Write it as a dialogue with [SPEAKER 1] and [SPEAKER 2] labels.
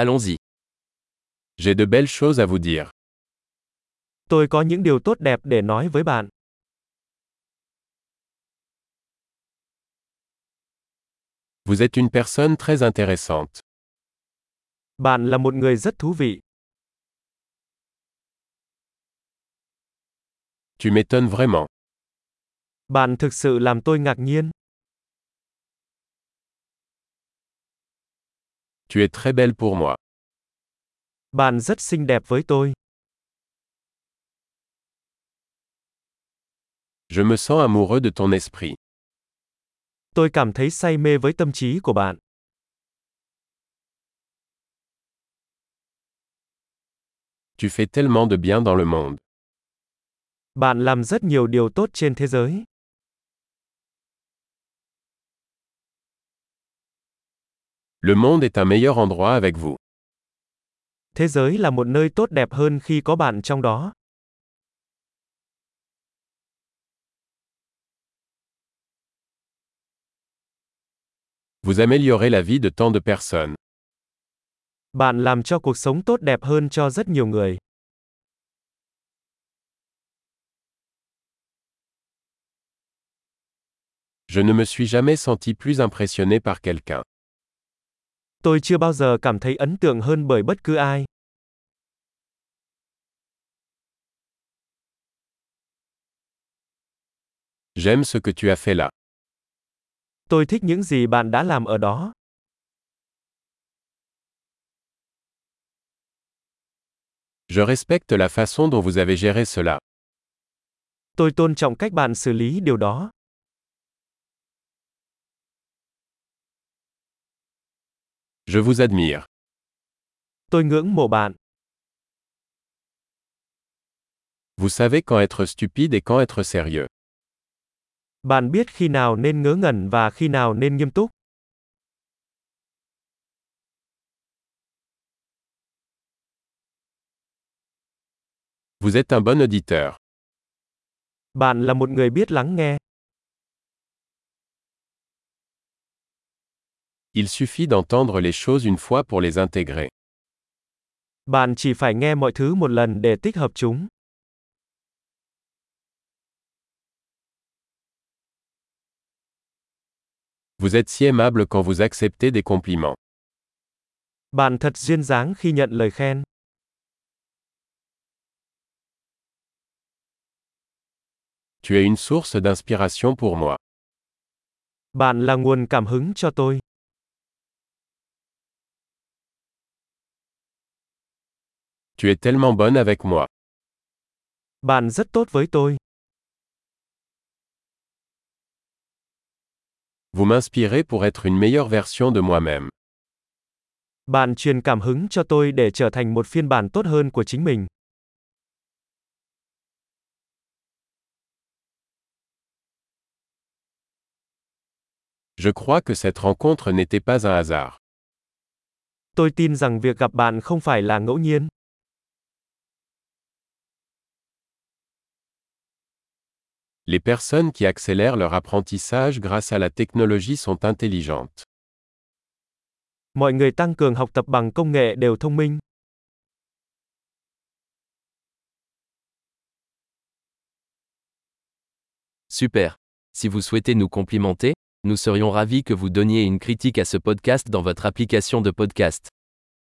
[SPEAKER 1] Allons-y. J'ai de belles choses à vous dire.
[SPEAKER 2] Tôi có những điều tốt đẹp để nói với bạn.
[SPEAKER 1] Vous êtes une personne très intéressante.
[SPEAKER 2] Bạn là một người rất thú vị.
[SPEAKER 1] Tu m'étonnes vraiment.
[SPEAKER 2] Bạn thực sự làm tôi ngạc nhiên.
[SPEAKER 1] Tu es très belle pour moi.
[SPEAKER 2] Bạn rất xinh đẹp với tôi.
[SPEAKER 1] Je me sens amoureux de ton esprit.
[SPEAKER 2] Tôi cảm thấy say mê với tâm trí của bạn.
[SPEAKER 1] Tu fais tellement de bien dans le monde.
[SPEAKER 2] Bạn làm rất nhiều điều tốt trên thế giới.
[SPEAKER 1] Le monde est un meilleur endroit avec vous.
[SPEAKER 2] Thế giới là một nơi tốt đẹp hơn khi có bạn trong đó.
[SPEAKER 1] Vous améliorez la vie de tant de personnes.
[SPEAKER 2] Bạn làm cho cuộc sống tốt đẹp hơn cho rất nhiều người.
[SPEAKER 1] Je ne me suis jamais senti plus impressionné par quelqu'un.
[SPEAKER 2] Tôi chưa bao giờ cảm thấy ấn tượng hơn bởi bất cứ ai.
[SPEAKER 1] J'aime ce que tu as fait là.
[SPEAKER 2] Tôi thích những gì bạn đã làm ở đó.
[SPEAKER 1] Je respecte la façon dont vous avez géré cela.
[SPEAKER 2] Tôi tôn trọng cách bạn xử lý điều đó.
[SPEAKER 1] Je vous admire.
[SPEAKER 2] Tôi ngưỡng mộ bạn.
[SPEAKER 1] Vous savez quand être stupide et quand être sérieux.
[SPEAKER 2] Bạn biết khi nào nên ngớ ngẩn và khi nào nên nghiêm túc.
[SPEAKER 1] Vous êtes un bon auditeur.
[SPEAKER 2] Bạn là một người biết lắng nghe.
[SPEAKER 1] Il suffit d'entendre les choses une fois pour les intégrer.
[SPEAKER 2] Bạn chỉ phải nghe mọi thứ một lần để tích hợp chúng.
[SPEAKER 1] Vous êtes si aimable quand vous acceptez des compliments.
[SPEAKER 2] Bạn thật duyên dáng khi nhận lời khen.
[SPEAKER 1] Tu es une source d'inspiration pour moi.
[SPEAKER 2] Bạn là nguồn cảm hứng cho tôi.
[SPEAKER 1] Tu es tellement bonne avec moi.
[SPEAKER 2] Bạn rất tốt với tôi.
[SPEAKER 1] Vous m'inspirez pour être une meilleure version de moi-même.
[SPEAKER 2] Bạn truyền cảm hứng cho tôi để trở thành một phiên bản tốt hơn của chính mình.
[SPEAKER 1] Je crois que cette rencontre n'était pas un hasard.
[SPEAKER 2] Tôi tin rằng việc gặp bạn không phải là ngẫu nhiên.
[SPEAKER 1] Les personnes qui accélèrent leur apprentissage grâce à la technologie sont intelligentes.
[SPEAKER 2] Mọi người tăng cường học tập bằng công nghệ đều thông minh.
[SPEAKER 3] Super. Si vous souhaitez nous complimenter, nous serions ravis que vous donniez une critique à ce podcast dans votre application de podcast.